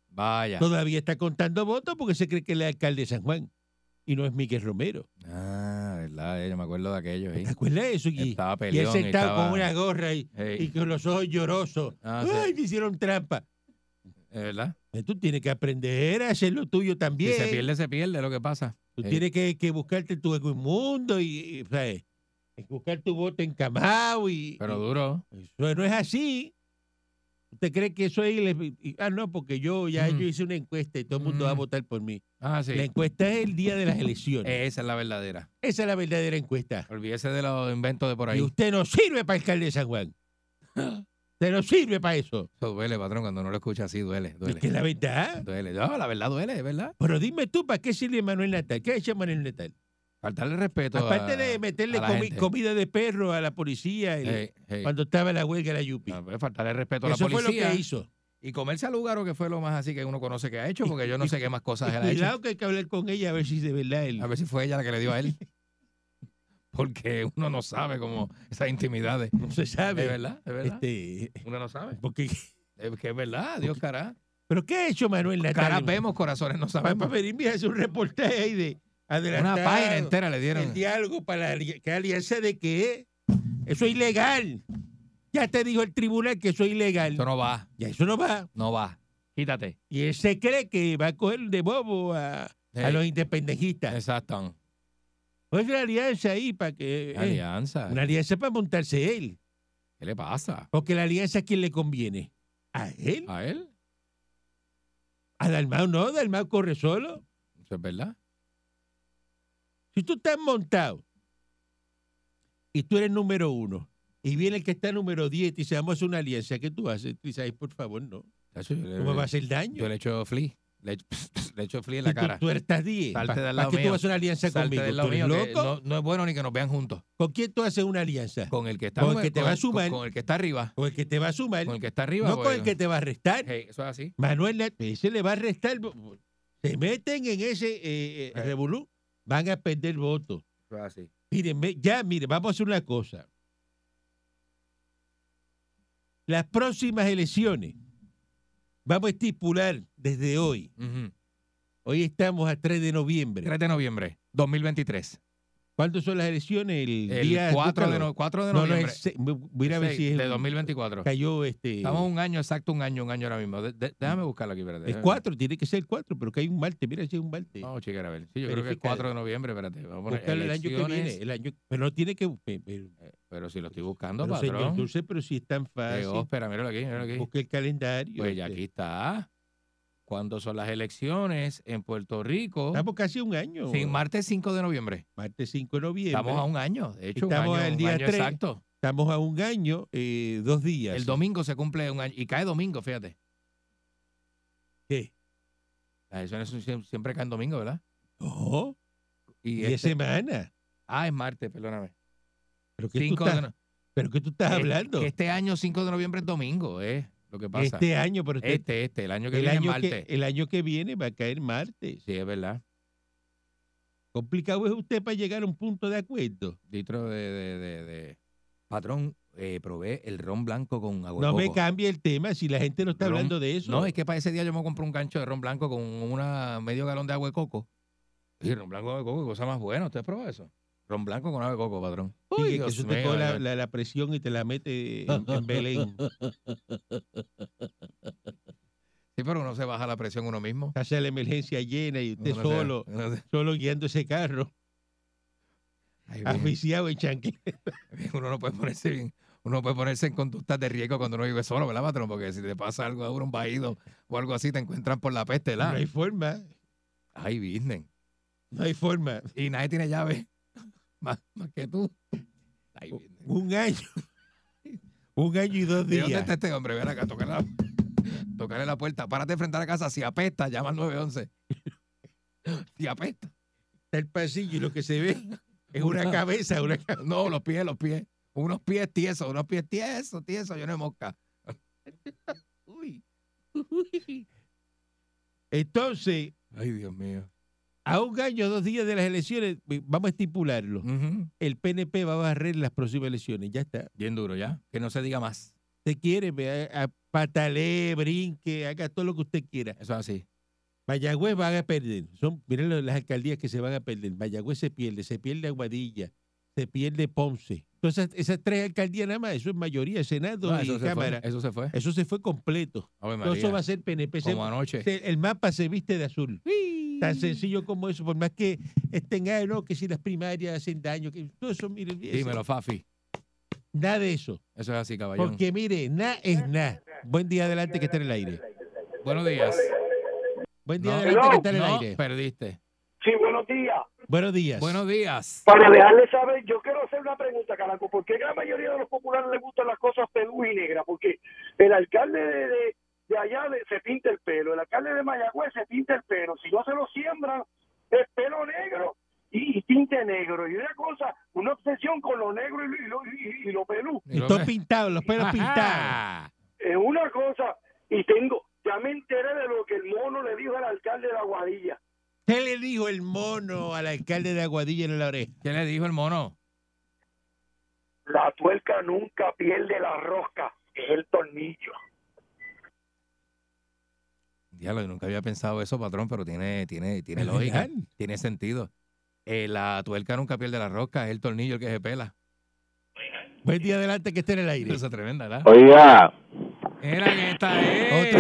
D: Vaya.
C: Todavía está contando votos porque se cree que es el alcalde de San Juan. Y no es Miguel Romero.
D: Ah, verdad, eh, yo me acuerdo de aquello.
C: ¿Te
D: sí.
C: acuerdas de eso? Y,
D: Estaba
C: y él
D: peleón. y
C: sentado
D: estaba-
C: con una gorra y,
D: Ey,
C: y con los ojos llorosos.
D: Ah, sí.
C: ¡Ay, me hicieron trampa!
D: ¿es ¿Verdad?
C: Entonces, Tú tienes que aprender a hacer lo tuyo
D: Si
C: también.
D: se pierde, se pierde lo que pasa.
C: Tú
D: Ey.
C: tienes que, que buscarte tu ego inmundo y, y, ¿sabes? Y buscar tu voto encamado y,
D: Pero duro.
C: y- eso no es así. ¿Usted cree que eso es? ileg- y- ah, no, porque yo ya
D: Mm.
C: yo hice una encuesta y todo el mundo va a
D: Mm.
C: votar por mí.
D: Ah,
C: La
D: sí. Eh.
C: encuesta es el día de las elecciones.
D: Esa es la verdadera.
C: Esa es la verdadera encuesta.
D: Olvídese de los inventos de por
C: Y
D: ahí.
C: usted no sirve para alcalde de San Juan. usted no sirve para eso.
D: Eso duele, patrón, cuando no lo escucha así, duele,
C: Es
D: duele.
C: que la verdad.
D: Duele. No, la verdad duele, es verdad.
C: Pero dime tú, ¿para qué sirve Manuel Natal? ¿Qué ha hecho Manuel Natal?
D: Faltarle respeto. a-
C: Aparte de meterle
D: a la
C: comi-
D: gente. Eh,
C: comida de perro a la policía el-
D: Ey, ey.
C: cuando estaba la huelga de la Yupi.
D: No, pues, Faltarle respeto a la
C: Eso
D: policía.
C: fue lo que hizo.
D: Y comerse al lugar, o que fue lo más así que uno conoce que ha hecho,
C: Y-
D: porque yo no
C: y-
D: sé qué más
C: Y
D: cosas él ha hecho.
C: cuidado que hay que hablar con ella a ver si de verdad él.
D: A ver si fue ella la que le dio a él. Porque uno no sabe cómo esas intimidades.
C: No se
D: Es
C: sabe.
D: verdad, es verdad.
C: Este,
D: Uno no sabe.
C: porque,
D: Es que es verdad, Dios cara.
C: ¿Pero qué ha hecho Manuel Natal?
D: Caras vemos, corazones no
C: Para,
D: sabemos.
C: venir, mira, es un reportaje ahí de
D: Una
C: adelantado.
D: página entera le
C: El
D: dieron.
C: diálogo para la ali- que alianza de qué? Eso es ilegal. Ya te dijo el tribunal que eso es ilegal.
D: Eso no va,
C: Ya eso no va.
D: no va. Quítate.
C: Y él se cree que va a coger de bobo a, a
D: Ey,
C: los independentistas.
D: Exacto.
C: Es una alianza ahí para que. eh,
D: Alianza.
C: una alianza para montarse él.
D: ¿Qué le pasa?
C: Porque la alianza a quién le conviene. A él.
D: ¿A él?
C: A Dalmau no, Dalmau corre solo.
D: Eso es verdad.
C: Si tú estás montado y tú eres número uno y viene el que está número 10 y te dice, vamos a hacer una alianza, ¿qué tú haces? Tú dices, "Ay, por favor, no.
D: Chacho, yo,
C: ¿Cómo va a
D: le,
C: hacer daño?
D: yo le echo flea. Le, echo- le echo flea en la
C: Si tú-
D: cara.
C: Tú, estás 10.
D: Salte del
C: ¿Para
D: lado
C: qué tú
D: mío.
C: vas a hacer una alianza
D: Salte
C: conmigo?
D: del
C: ¿Tú
D: lado
C: eres
D: mío, que
C: loco?
D: no, no es bueno ni que nos vean juntos.
C: ¿Con quién tú haces una alianza?
D: Con el que está
C: Con el
D: nue-
C: que te va a sumar.
D: Con, con el que está arriba.
C: Con el que te va a sumar.
D: Con el que pues. Eh. está arriba.
C: no con
D: porque-
C: el que te va a restar.
D: Hey, eso es así.
C: Manuel, Nat- ese le va a restar. vo- Se meten en ese eh, eh,
D: Eh.
C: revolú, van a perder votos.
D: Eso es así.
C: Miren, ve- ya, mire, vamos a hacer una cosa. Las próximas elecciones, vamos a estipular desde hoy.
D: Ujú.
C: Hoy estamos a 3 de noviembre.
D: 3 de noviembre 2023.
C: ¿Cuándo son las elecciones? El, día
D: El 4 de,
C: búscalo.
D: no- 4 de
C: No, no,
D: noviembre.
C: es, se- voy voy a ir a ver
D: Sí,
C: si es
D: de
C: el-
D: 2024.
C: Cayó este.
D: Estamos un año, exacto un año, un año ahora mismo. De- de- déjame buscarlo aquí, espérate.
C: Es 4, tiene que ser el 4, pero que hay un martes. Mira si hay un martes.
D: Vamos a checar a ver. Sí, yo creo que es
C: Verifica.
D: 4 de noviembre, espérate. Vamos a poner
C: Búscalo el año que viene.
D: elecciones.
C: El año, pero no tiene que. pe- Pero,
D: Pero si lo estoy buscando,
C: pero, señor
D: patrón.
C: Dulce, pero si es tan
D: Eh,
C: fácil.
D: ópera, míralo aquí, míralo aquí.
C: Busque el calendario.
D: Pues ya
C: este.
D: aquí está. Cuando son las elecciones en Puerto Rico?
C: Estamos casi a un año.
D: Sin martes 5 de noviembre.
C: martes 5 de noviembre.
D: Estamos a un año. De hecho, un
C: Estamos
D: año,
C: al
D: un
C: día
D: año
C: tres.
D: exacto.
C: Estamos a un año, eh, dos días.
D: El domingo se cumple un año. Y cae domingo, fíjate.
C: ¿Qué?
D: Las elecciones son siem- siempre caen domingo, ¿verdad?
C: No,
D: Y
C: diez
D: este-
C: semanas.
D: Ah, es martes, perdóname.
C: Pero que tú
D: 5
C: estás,
D: de, no-
C: ¿Pero qué tú estás
D: Que-
C: hablando?
D: que este año, 5 de noviembre, es domingo, es lo que pasa.
C: este año, pero usted-
D: Este, este, el año que
C: el,
D: viene es
C: año que, e-,
D: martes.
C: el año que viene va a caer martes.
D: Sí, es verdad.
C: Complicado es usted para llegar a un punto de acuerdo.
D: Litro de, de, de, de- Patrón, eh, probé el ron blanco con agua. de
C: No me
D: coco.
C: cambie el tema si la gente no está
D: Ron-
C: hablando de eso.
D: No, es que para ese día yo me compré un gancho de ron blanco con una medio galón de agua de coco. Y ron blanco de agua de coco, cosa más buena. ¿Usted probó eso? Ron blanco con agua de coco, patrón.
C: Sí,
D: Uy,
C: que
D: Dios
C: eso te
D: mío,
C: coge la,
D: Dios.
C: la- la presión y te la mete en, en Belén.
D: Sí, pero uno se baja la presión uno mismo.
C: Hace la emergencia llena y usted
D: Uno se-
C: solo,
D: uno se-
C: solo guiando ese carro,
D: Ay, bien,
C: asfixiado en chanque.
D: bien, uno no puede ponerse bien. Uno no puede ponerse en conductas de riesgo cuando uno vive solo, ¿verdad, patrón? Porque si te pasa algo a uno, un bajido o algo así, te encuentran por la peste,
C: No
D: ¿la?
C: hay forma,
D: Ay, virgen.
C: no hay forma.
D: Y nadie tiene llave. Más, más que tú. Ay, virgen.
C: Un año, un año y dos
D: ¿De dónde
C: días.
D: está este hombre? Ven acá, tocarle la, tócale la puerta. Párate frente a la casa. Si apesta, llama al 911. Si apesta.
C: Está el pasillo y lo que se ve es una cabeza, una cabeza.
D: No, los pies, los pies. Unos pies tiesos, unos pies tiesos, tiesos. Yo no mosca. Uy.
C: Entonces,
D: Ay, Dios mío.
C: a un año, dos días de las elecciones, eh, vamos a estipularlo.
D: Ujú.
C: El PNP va a barrer las próximas elecciones, ya está.
D: Bien duro, ¿ya? Que no se diga más.
C: Usted quiere, ve, a- a- patalee, brinque, haga todo lo que usted quiera.
D: Eso es así.
C: Mayagüez van a perder. Son, miren lo- las alcaldías que se van a perder. Mayagüez se pierde, se pierde Aguadilla, se pierde Ponce. Entonces, esas tres alcaldías nada más, eso es mayoría, Senado
D: No,
C: y
D: Ah, eso, se fue,
C: Cámara.
D: eso se fue.
C: Eso se fue completo.
D: Ave
C: Todo eso
D: María.
C: va a ser PNP. Se-
D: Como anoche.
C: se- el mapa se viste de azul. Tan sencillo como eso, por más que estén, ah, no, que si las primarias hacen daño, que todo eso, mire, eso-
D: Dímelo, Fafi.
C: nada de eso.
D: Eso es así, caballón.
C: Porque mire, nada es nada. Buen día adelante que está en el aire.
D: Buenos días.
C: Buen día
D: No.
C: adelante que está en el
D: No,
C: aire.
D: perdiste.
F: Sí, buenos días.
C: Buenos días.
D: Buenos días.
F: Para dejarle saber, yo quiero hacer una pregunta, Caraco. ¿Por qué la mayoría de los populares les gustan las cosas pelú y negras? Porque el alcalde de, de- de allá de- se pinta el pelo, el alcalde de Mayagüez se pinta el pelo. Si no se lo siembran, es pelo negro y, y tinte negro. Y una cosa, una obsesión con lo negro y lo, y lo, y- y lo pelú.
C: Y todo pintado, los pelos pintados.
D: Ajá.
F: Es una cosa, y tengo, ya me enteré de lo que el mono le dijo al alcalde de la Guadilla.
C: ¿Qué le dijo el mono al alcalde de Aguadilla en la oreja?
D: ¿Qué le dijo el mono?
F: La tuerca nunca pierde la rosca, es el tornillo.
D: Diablo, yo nunca había pensado eso, patrón, pero tiene, tiene, tiene
C: Es
D: lógica,
C: legal.
D: tiene sentido. Eh, la tuerca nunca pierde la rosca, es el tornillo el que se pela.
C: Buen día adelante que esté en el aire.
D: Eso es tremenda, ¿verdad?
G: Oiga,
D: Era que esta es.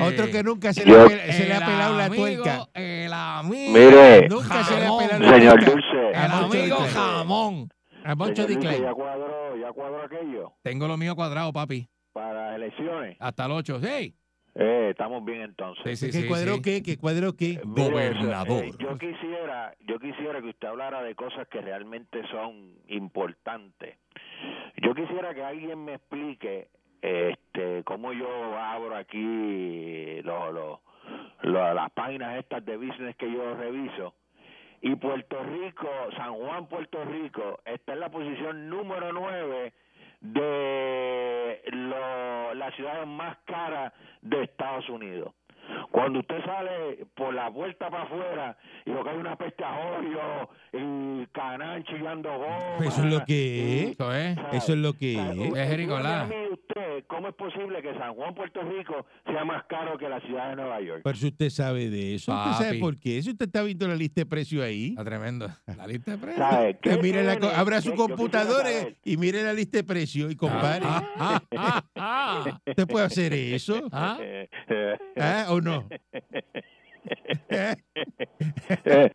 C: Otro, otro que nunca se le,
G: Yo-
C: ha pel- se le ha
D: Eh. El
C: pelado la
D: amigo,
C: tuerca.
D: El amigo.
G: mire,
C: Nunca se le ha
D: jamón.
C: pelado la
G: señor
C: tuerca.
G: Dulce,
D: El
C: A Moncho
D: amigo
C: Diclay.
D: jamón.
C: A Moncho
G: señor Dulce,
C: Diclay.
G: ya cuadró, ya cuadró aquello
D: Tengo lo mío cuadrado, papi.
G: para las elecciones.
D: Hasta el 8. ¡Hey!
G: Eh, estamos bien entonces.
D: Sí, sí,
C: ¿Qué
D: sí,
C: cuadró
D: sí.
C: qué? ¿Qué cuadró qué?
G: Mire,
D: Gobernador.
G: eh, yo quisiera, yo quisiera que usted hablara de cosas que realmente son importantes. Yo quisiera que alguien me explique, este, cómo yo abro aquí los, los- los- las páginas estas de business que yo reviso. Y Puerto Rico, San Juan, Puerto Rico, está en la posición número 9 de lo- las ciudades más caras de Estados Unidos. Cuando usted sale por la vuelta para afuera y lo que hay una peste a hoyo y canal chillando goma.
C: Pues Eso es lo que es.
D: Eso es.
C: Eso es lo que es.
G: Dígame
D: es Jericolá.
G: a mí usted, ¿cómo es posible que San Juan, Puerto Rico, sea más caro que la ciudad de Nueva York?
C: Pero si usted sabe de eso, usted sabe
D: Papi. Ah,
C: por qué. Si usted está viendo la lista de precios ahí,
D: Está tremendo. La lista de precios.
G: ¿Sabe?
C: que
G: ¿Qué
C: eh, mire la, co-
G: tiene?
C: abra
G: Yo
C: su
G: quisiera
C: computadora
G: saber.
C: y mire la lista de precios y compare.
D: Ah, ah, ah, ah.
C: ¿Usted puede hacer eso?
D: Ah.
G: Eh, eh,
C: ¿Ah, ¿O no?
G: eh,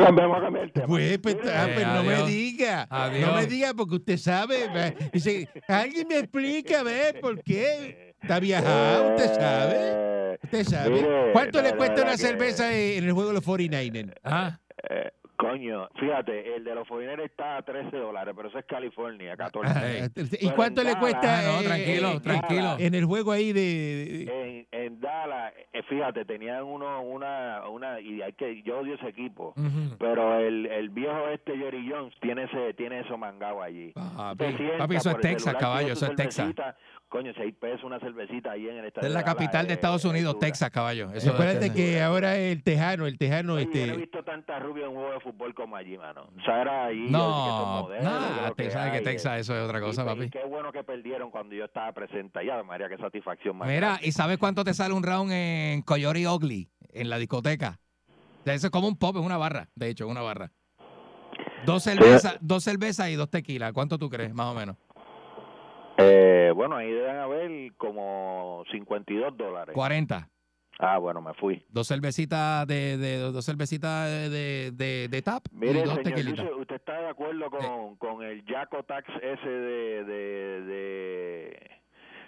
G: a cambiar, vamos a cambiar el tema.
C: Pues, pues, ah, pues, no me
D: Eh, adiós.
C: diga.
D: Adiós.
C: No me diga porque usted sabe. ve. Dice, alguien me explica, ve, por qué. Está viajado, Ah, usted sabe.
G: Eh,
C: Usted sabe.
G: mire,
C: ¿Cuánto
G: la
C: le cuesta
G: verdad
C: una
G: que-
C: cerveza en el juego de los 49ers?
D: Ah.
G: eh, Coño, fíjate, el de los foreigners está a 13 dólares, pero eso es California, 14.
C: Ah, ¿Y
G: Pero
C: cuánto
G: en
C: le
G: Dallas-
C: cuesta?
E: Ah, no,
C: eh,
E: tranquilo,
C: eh,
E: tranquilo.
C: En el juego ahí de.
G: En, en Dallas, eh, fíjate, tenían uno, una, una, y hay que, yo odio ese equipo,
D: Ujú.
G: pero el, el viejo este Jerry Jones tiene ese, tiene eso mangado allí.
D: Papi,
G: Te sientas
D: papi, eso es
G: por el
D: Texas,
G: celular,
D: caballo,
G: pides tu
D: eso es Texas.
G: cervecita, Coño, seis pesos una cervecita ahí en el
D: Esta
G: estadio.
D: es la
G: de Dallas,
D: capital de
G: eh,
D: Estados
G: es
D: Unidos,
G: dura.
D: Texas, caballo. Eso es
C: Acuérdate
D: Texas.
C: que ahora el tejano, el tejano,
G: Oye, yo no he
C: este.
G: visto tanta rubia en un juego de fútbol como allí, mano. O sea, era allí.
D: No,
G: que son modelos,
D: nada,
G: lo que
D: Texas, que
G: hay,
D: Texas,
G: eh.
D: eso es otra cosa,
G: y, y
D: papi.
G: qué bueno que perdieron cuando yo estaba presente allá, María, qué satisfacción más.
D: Mira,
G: grande.
D: ¿y sabes cuánto te sale un round en Coyote Ugly, en la discoteca? O sea, eso es como un pop, es una barra, de hecho, es una barra. Dos cervezas, dos cervezas y dos tequilas, ¿cuánto tú crees, más o menos?
G: Eh, bueno, ahí deben haber como 52 dólares.
D: 40.
G: Ah, bueno, me fui.
D: Dos cervecitas de, de- dos cervecitas de, de, de- de tap y
G: Mire,
D: dos Eh.
G: señor,
D: tequilitas.
G: Lucio, ¿usted está de acuerdo con, con el Jaco Tax ese de... de, de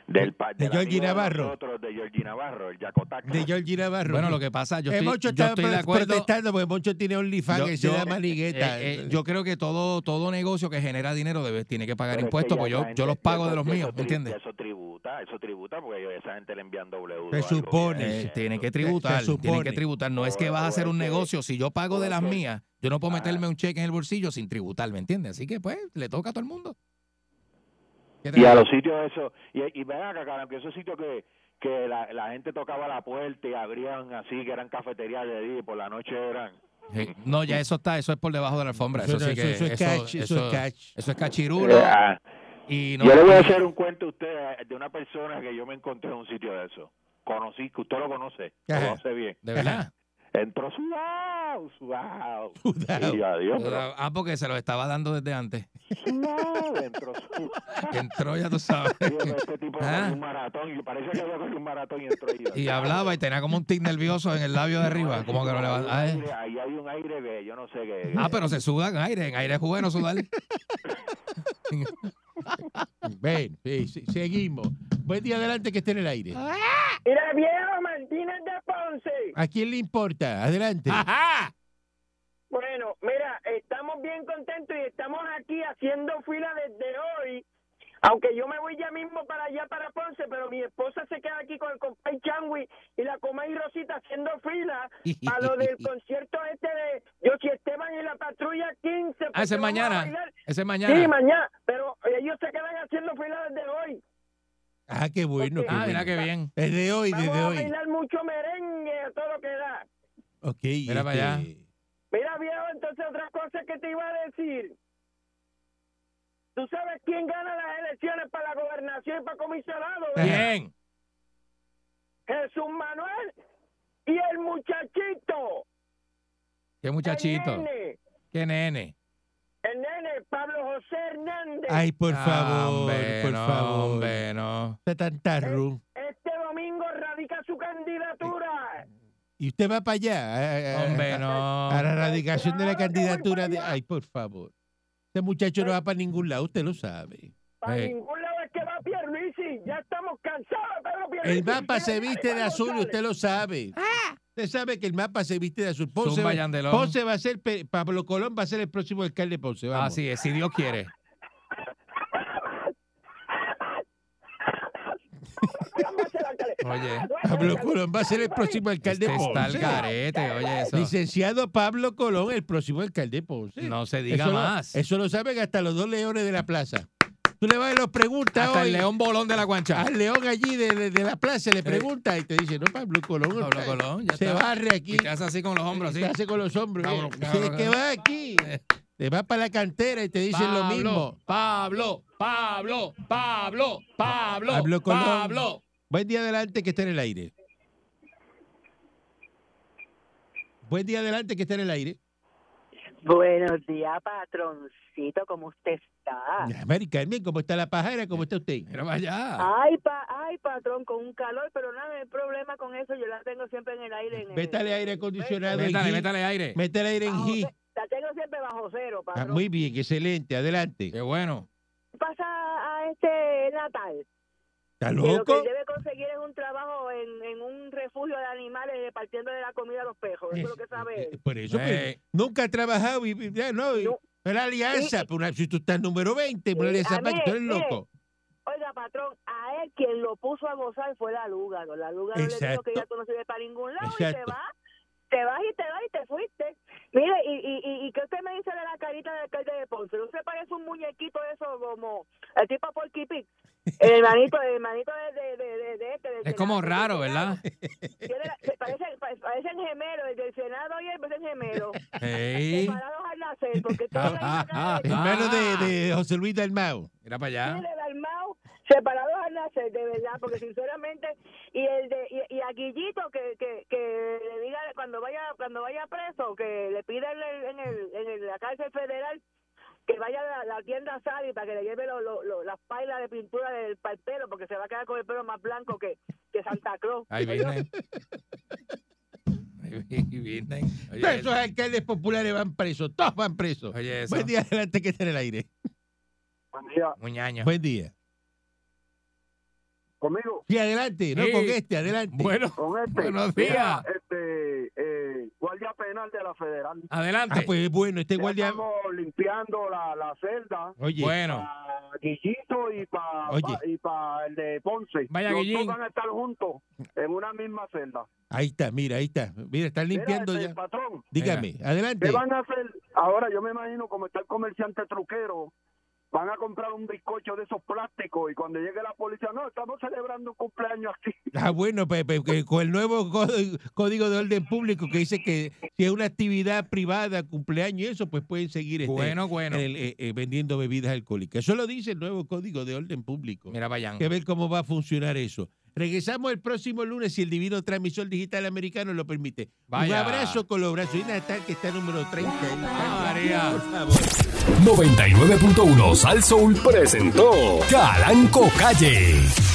G: del pa-
C: De
G: del
C: Georgie
G: amigo de
C: Navarro.
G: nosotros, de Georgie Navarro, el Jaco Tax.
C: De Georgie Navarro.
D: Bueno, lo que pasa, yo
C: Eh,
D: estoy,
C: Moncho
D: yo
C: está
D: estoy
C: pro-
D: de acuerdo.
C: protestando porque Moncho tiene OnlyFans
D: Yo-
C: que se
D: yo-
C: da manigueta.
D: eh, eh, yo creo que todo, todo negocio que genera dinero debe, tiene que pagar
G: Pero es que
D: impuestos,
G: ya
D: pues
G: esa
D: yo,
G: gente-
D: yo los
G: ya
D: pago
G: eso-
D: de los
G: ya eso
D: míos,
G: tri-
D: ¿me entiendes?
G: ya Eso tributa, eso tributa, porque ellos- esa gente le envían doble duro.
C: Se
G: algo,
C: supone.
G: eh,
D: Eh, tienen que
G: eso-
D: tributar,
C: se
D: tienen
C: supone.
D: que tributar. No es que vas a hacer un negocio. Si yo pago de las mías, yo no puedo
G: Ah.
D: meterme un cheque en el bolsillo sin tributar, ¿me entiendes? Así que, pues, le toca a todo el mundo. ¿Qué te
G: Y a
D: digo?
G: los sitios eso, y, y ven acá, caramba, que esos sitios que, que la, la gente tocaba la puerta y abrían así, que eran cafeterías de día y por la noche eran...
D: Sí. Eh, No, ya eso está, eso es por debajo de la alfombra. Eso, sí que-
C: eso es catch, eso es catch.
D: eso es cachirulo.
G: Eh, ah,
D: Y no,
G: yo le voy a hacer un cuento a usted eh, de una persona que yo me encontré en un sitio de eso. Conocí, que usted lo conoce, lo
C: Ajá.
G: conoce bien.
D: De verdad.
G: Entró sudado, sudado.
C: Sudado.
G: Y yo, adiós, pero
D: Ah, porque se lo estaba dando desde antes.
G: sudado, entró sudado.
D: Que entró, ya tú sabes.
G: Digo, este tipo
D: Ah.
G: cogió un maratón, y parece que había cogido un maratón y entró yo.
D: Y hablaba y tenía como un tic nervioso en el labio de arriba. Como que lo levantaba. Ay.
G: Ahí hay un aire- Ahí hay un aire que yo no sé qué.
D: Ah, pero se suda en aire. En aire es bueno sudar.
C: Ven, sí, sí, seguimos. Buen día adelante que esté en el aire.
F: Mira, viejo Martínez de Ponce.
C: ¿A quién le importa? Adelante.
D: Ah.
F: Bueno, mira, estamos bien contentos y estamos aquí haciendo fila desde hoy. Aunque yo me voy ya mismo para allá, para Ponce, pero mi esposa se queda aquí con el compay Changui y la coma y Rosita haciendo fila a lo del concierto este de Yoshi Esteban y la Patrulla 15.
D: Ah, ese
F: porque
D: es
F: vamos a
D: mañana.
F: bailar.
D: Ese es
F: Sí,
D: mañana.
F: mañana, pero ellos se quedan haciendo fila desde hoy.
C: Ah, qué bueno. Qué
D: Ah,
C: bueno.
D: mira qué bien.
C: Desde hoy,
F: Vamos
C: desde
F: a
C: hoy.
F: bailar mucho merengue, a todo lo que da.
C: Ok. este,
D: Mira para allá.
F: Mira, viejo, entonces otra cosa que te iba a decir. ¿Tú sabes quién gana las elecciones para la gobernación y para comisionado? verdad?
D: Bien.
F: Jesús Manuel y el muchachito.
D: Qué muchachito.
F: El nene,
D: Qué nene.
F: el nene, Pablo José Hernández.
C: Ay, por
D: Ah,
C: favor,
D: hombre,
C: por
D: no,
C: favor.
D: hombre, no.
C: Está tan tarro.
F: Este domingo radica su
C: Eh,
F: candidatura.
C: Y usted va para allá. eh, a- a-
D: Hombre,
C: a-
D: no.
C: A la erradicación de la
F: Claro que voy
C: candidatura
F: para
C: de...
F: allá.
C: Ay, por favor. Este muchacho no va para ningún lado, usted lo sabe.
F: Para
D: Eh.
F: ningún lado es que va Pierluisi. Ya estamos cansados, pero Pierluisi.
C: El mapa se
F: quiere
C: viste de
F: Aníbal
C: azul y
F: González.
C: usted lo sabe. Usted sabe que el mapa se viste de azul. Ponce,
D: Zumba,
C: va-
D: Yandelón.
C: Ponce va a ser, pe- Pablo Colón va a ser el próximo alcalde de Ponce. Vamos.
D: Así es, si Dios quiere.
F: Vamos a hacer alcalde.
D: Oye,
C: Pablo Colón va a ser el próximo alcalde
D: este
C: de
D: está el
C: Ponce.
D: garete, oye, eso.
C: Licenciado Pablo Colón, el próximo alcalde de Ponce.
D: No se diga
C: eso lo-
D: más.
C: eso lo saben hasta los dos leones de la plaza. Tú le vas y los preguntas
D: Hasta
C: hoy
D: el león bolón de la guancha.
C: al león allí de, de- de la plaza, le pregunta y te dice, no, Pablo Colón.
D: Pablo
C: alcalde".
D: Colón, ya
C: se
D: está.
C: barre aquí.
D: Y te hace así con los hombros,
C: Se
D: sí.
C: hace con los hombros.
D: Cabrón,
C: ¿eh?
D: cabrón, Eh.
C: Sí, que
D: cabrón.
C: va aquí. Te vas para la cantera y te dicen lo mismo.
D: Pablo, Pablo, Pablo, Pablo,
C: Pablo
D: Pablo,
C: Colón.
D: Pablo.
C: Buen día adelante que está en el aire. Buen día adelante que está en el aire.
H: Buenos días, patroncito, ¿cómo usted está?
C: Ah, Mari Carmen, ¿cómo está la pajera? ¿Cómo está usted?
D: Mira para allá.
H: Ay, pa, ay, patrón, con un calor, pero nada, no hay problema con eso, yo la tengo siempre en el aire. En el-
C: Métale aire acondicionado.
D: Métale,
C: en G.
D: métale aire.
C: Métale aire en
H: Bajo
C: G.
H: ce- la tengo siempre bajo cero,
C: Ah,
H: patrón.
C: muy bien, excelente. Adelante.
D: Qué bueno.
H: ¿Qué pasa a este Natal?
C: ¿Está
H: Que lo que
C: loco?
H: él debe conseguir es un trabajo en, en un refugio de animales repartiendo de la comida a los perros. Eso es lo que sabe él.
C: Eh, Por eso que
D: Eh.
C: nunca ha trabajado y, y- ya, no, y-
H: No.
C: pero alianza,
H: Sí.
C: pero una- si tú estás número 20, una
H: Sí,
C: alianza
H: a
C: para
H: mí,
C: tú eres
H: mire,
C: loco.
H: Oiga, patrón, a él quien lo puso a gozar fue la Lúgaro. La Lúgaro le dijo
C: Exacto.
H: que ya tú no sirves para ningún lado y
C: Exacto.
H: te vas. Te vas y te vas y te fuiste. Mire, y, y, y, y ¿qué usted me dice de la carita del alcalde de Ponce? ¿No se parece un muñequito de eso como el tipo Porky Pig? El hermanito, el hermanito de, de, de, de, de este. del
E: Es como
H: Senado.
E: raro, ¿verdad?
H: Tiene la- se parece, pa- parecen gemelos, el del Senado y el parecen gemelos.
D: Ey,
H: Separados al nacer, porque todos la misma cara de-
C: Ah, Hermano
D: Ah.
C: de, de José Luis Dalmau.
D: mira para allá.
H: Sí, de Dalmau, separados al nacer, de verdad, porque sinceramente, y el de y, y a Guillito que, que, que le diga cuando vaya cuando vaya preso, que le pida en, el- en, el- en el- la cárcel federal que vaya a la, la tienda Sari para que le lleve lo- lo- lo- las pailas de pintura del para el pelo, porque se va a quedar con el pelo más blanco que, que Santa Cruz.
D: Ahí vienen. Ahí vienen.
C: Todos
D: Oye,
C: esos alcaldes populares van presos, todos van presos.
D: oye eso.
C: Buen día, adelante que está en el aire.
D: Muñaño.
C: Buen día.
F: Conmigo,
C: Sí, adelante, no
D: Sí.
C: con este, adelante.
D: Bueno,
F: con este.
D: buenos días.
F: Este, eh, guardia penal de la federal.
C: Ah,
D: Adelante.
C: pues bueno, este
F: Ya
C: guardia.
F: Estamos limpiando la, la celda
C: Oye,
D: Bueno,
F: para Guillito y para
C: Oye.
F: y para el de Ponce.
D: Vaya,
F: Los
D: Guillín.
F: dos van a estar juntos en una misma celda.
C: ahí está, mira, ahí está. Mira, están
F: Mira,
C: limpiando
F: este,
C: ya.
F: patrón,
C: Dígame,
F: ¿qué
C: adelante.
F: van a hacer? Ahora yo me imagino como está el comerciante truquero, van a comprar un bizcocho de esos plásticos y cuando llegue la policía, no, estamos celebrando un cumpleaños aquí.
C: Ah, bueno, pe- pe- que con el nuevo co- código de orden público que dice que si es una actividad privada, cumpleaños y eso, pues pueden seguir este,
D: bueno, bueno.
C: en el, eh, eh, vendiendo bebidas alcohólicas. Eso lo dice el nuevo código de orden público.
D: Mira para allá.
C: Hay que ver cómo va a funcionar eso. Regresamos el próximo lunes si el divino transmisor digital americano lo permite.
D: Vaya.
C: Un abrazo con los brazos. Y Natal que está número 30.
D: Ah, María.
C: Por favor.
A: 99.1 Sal Soul presentó Calanco Calle.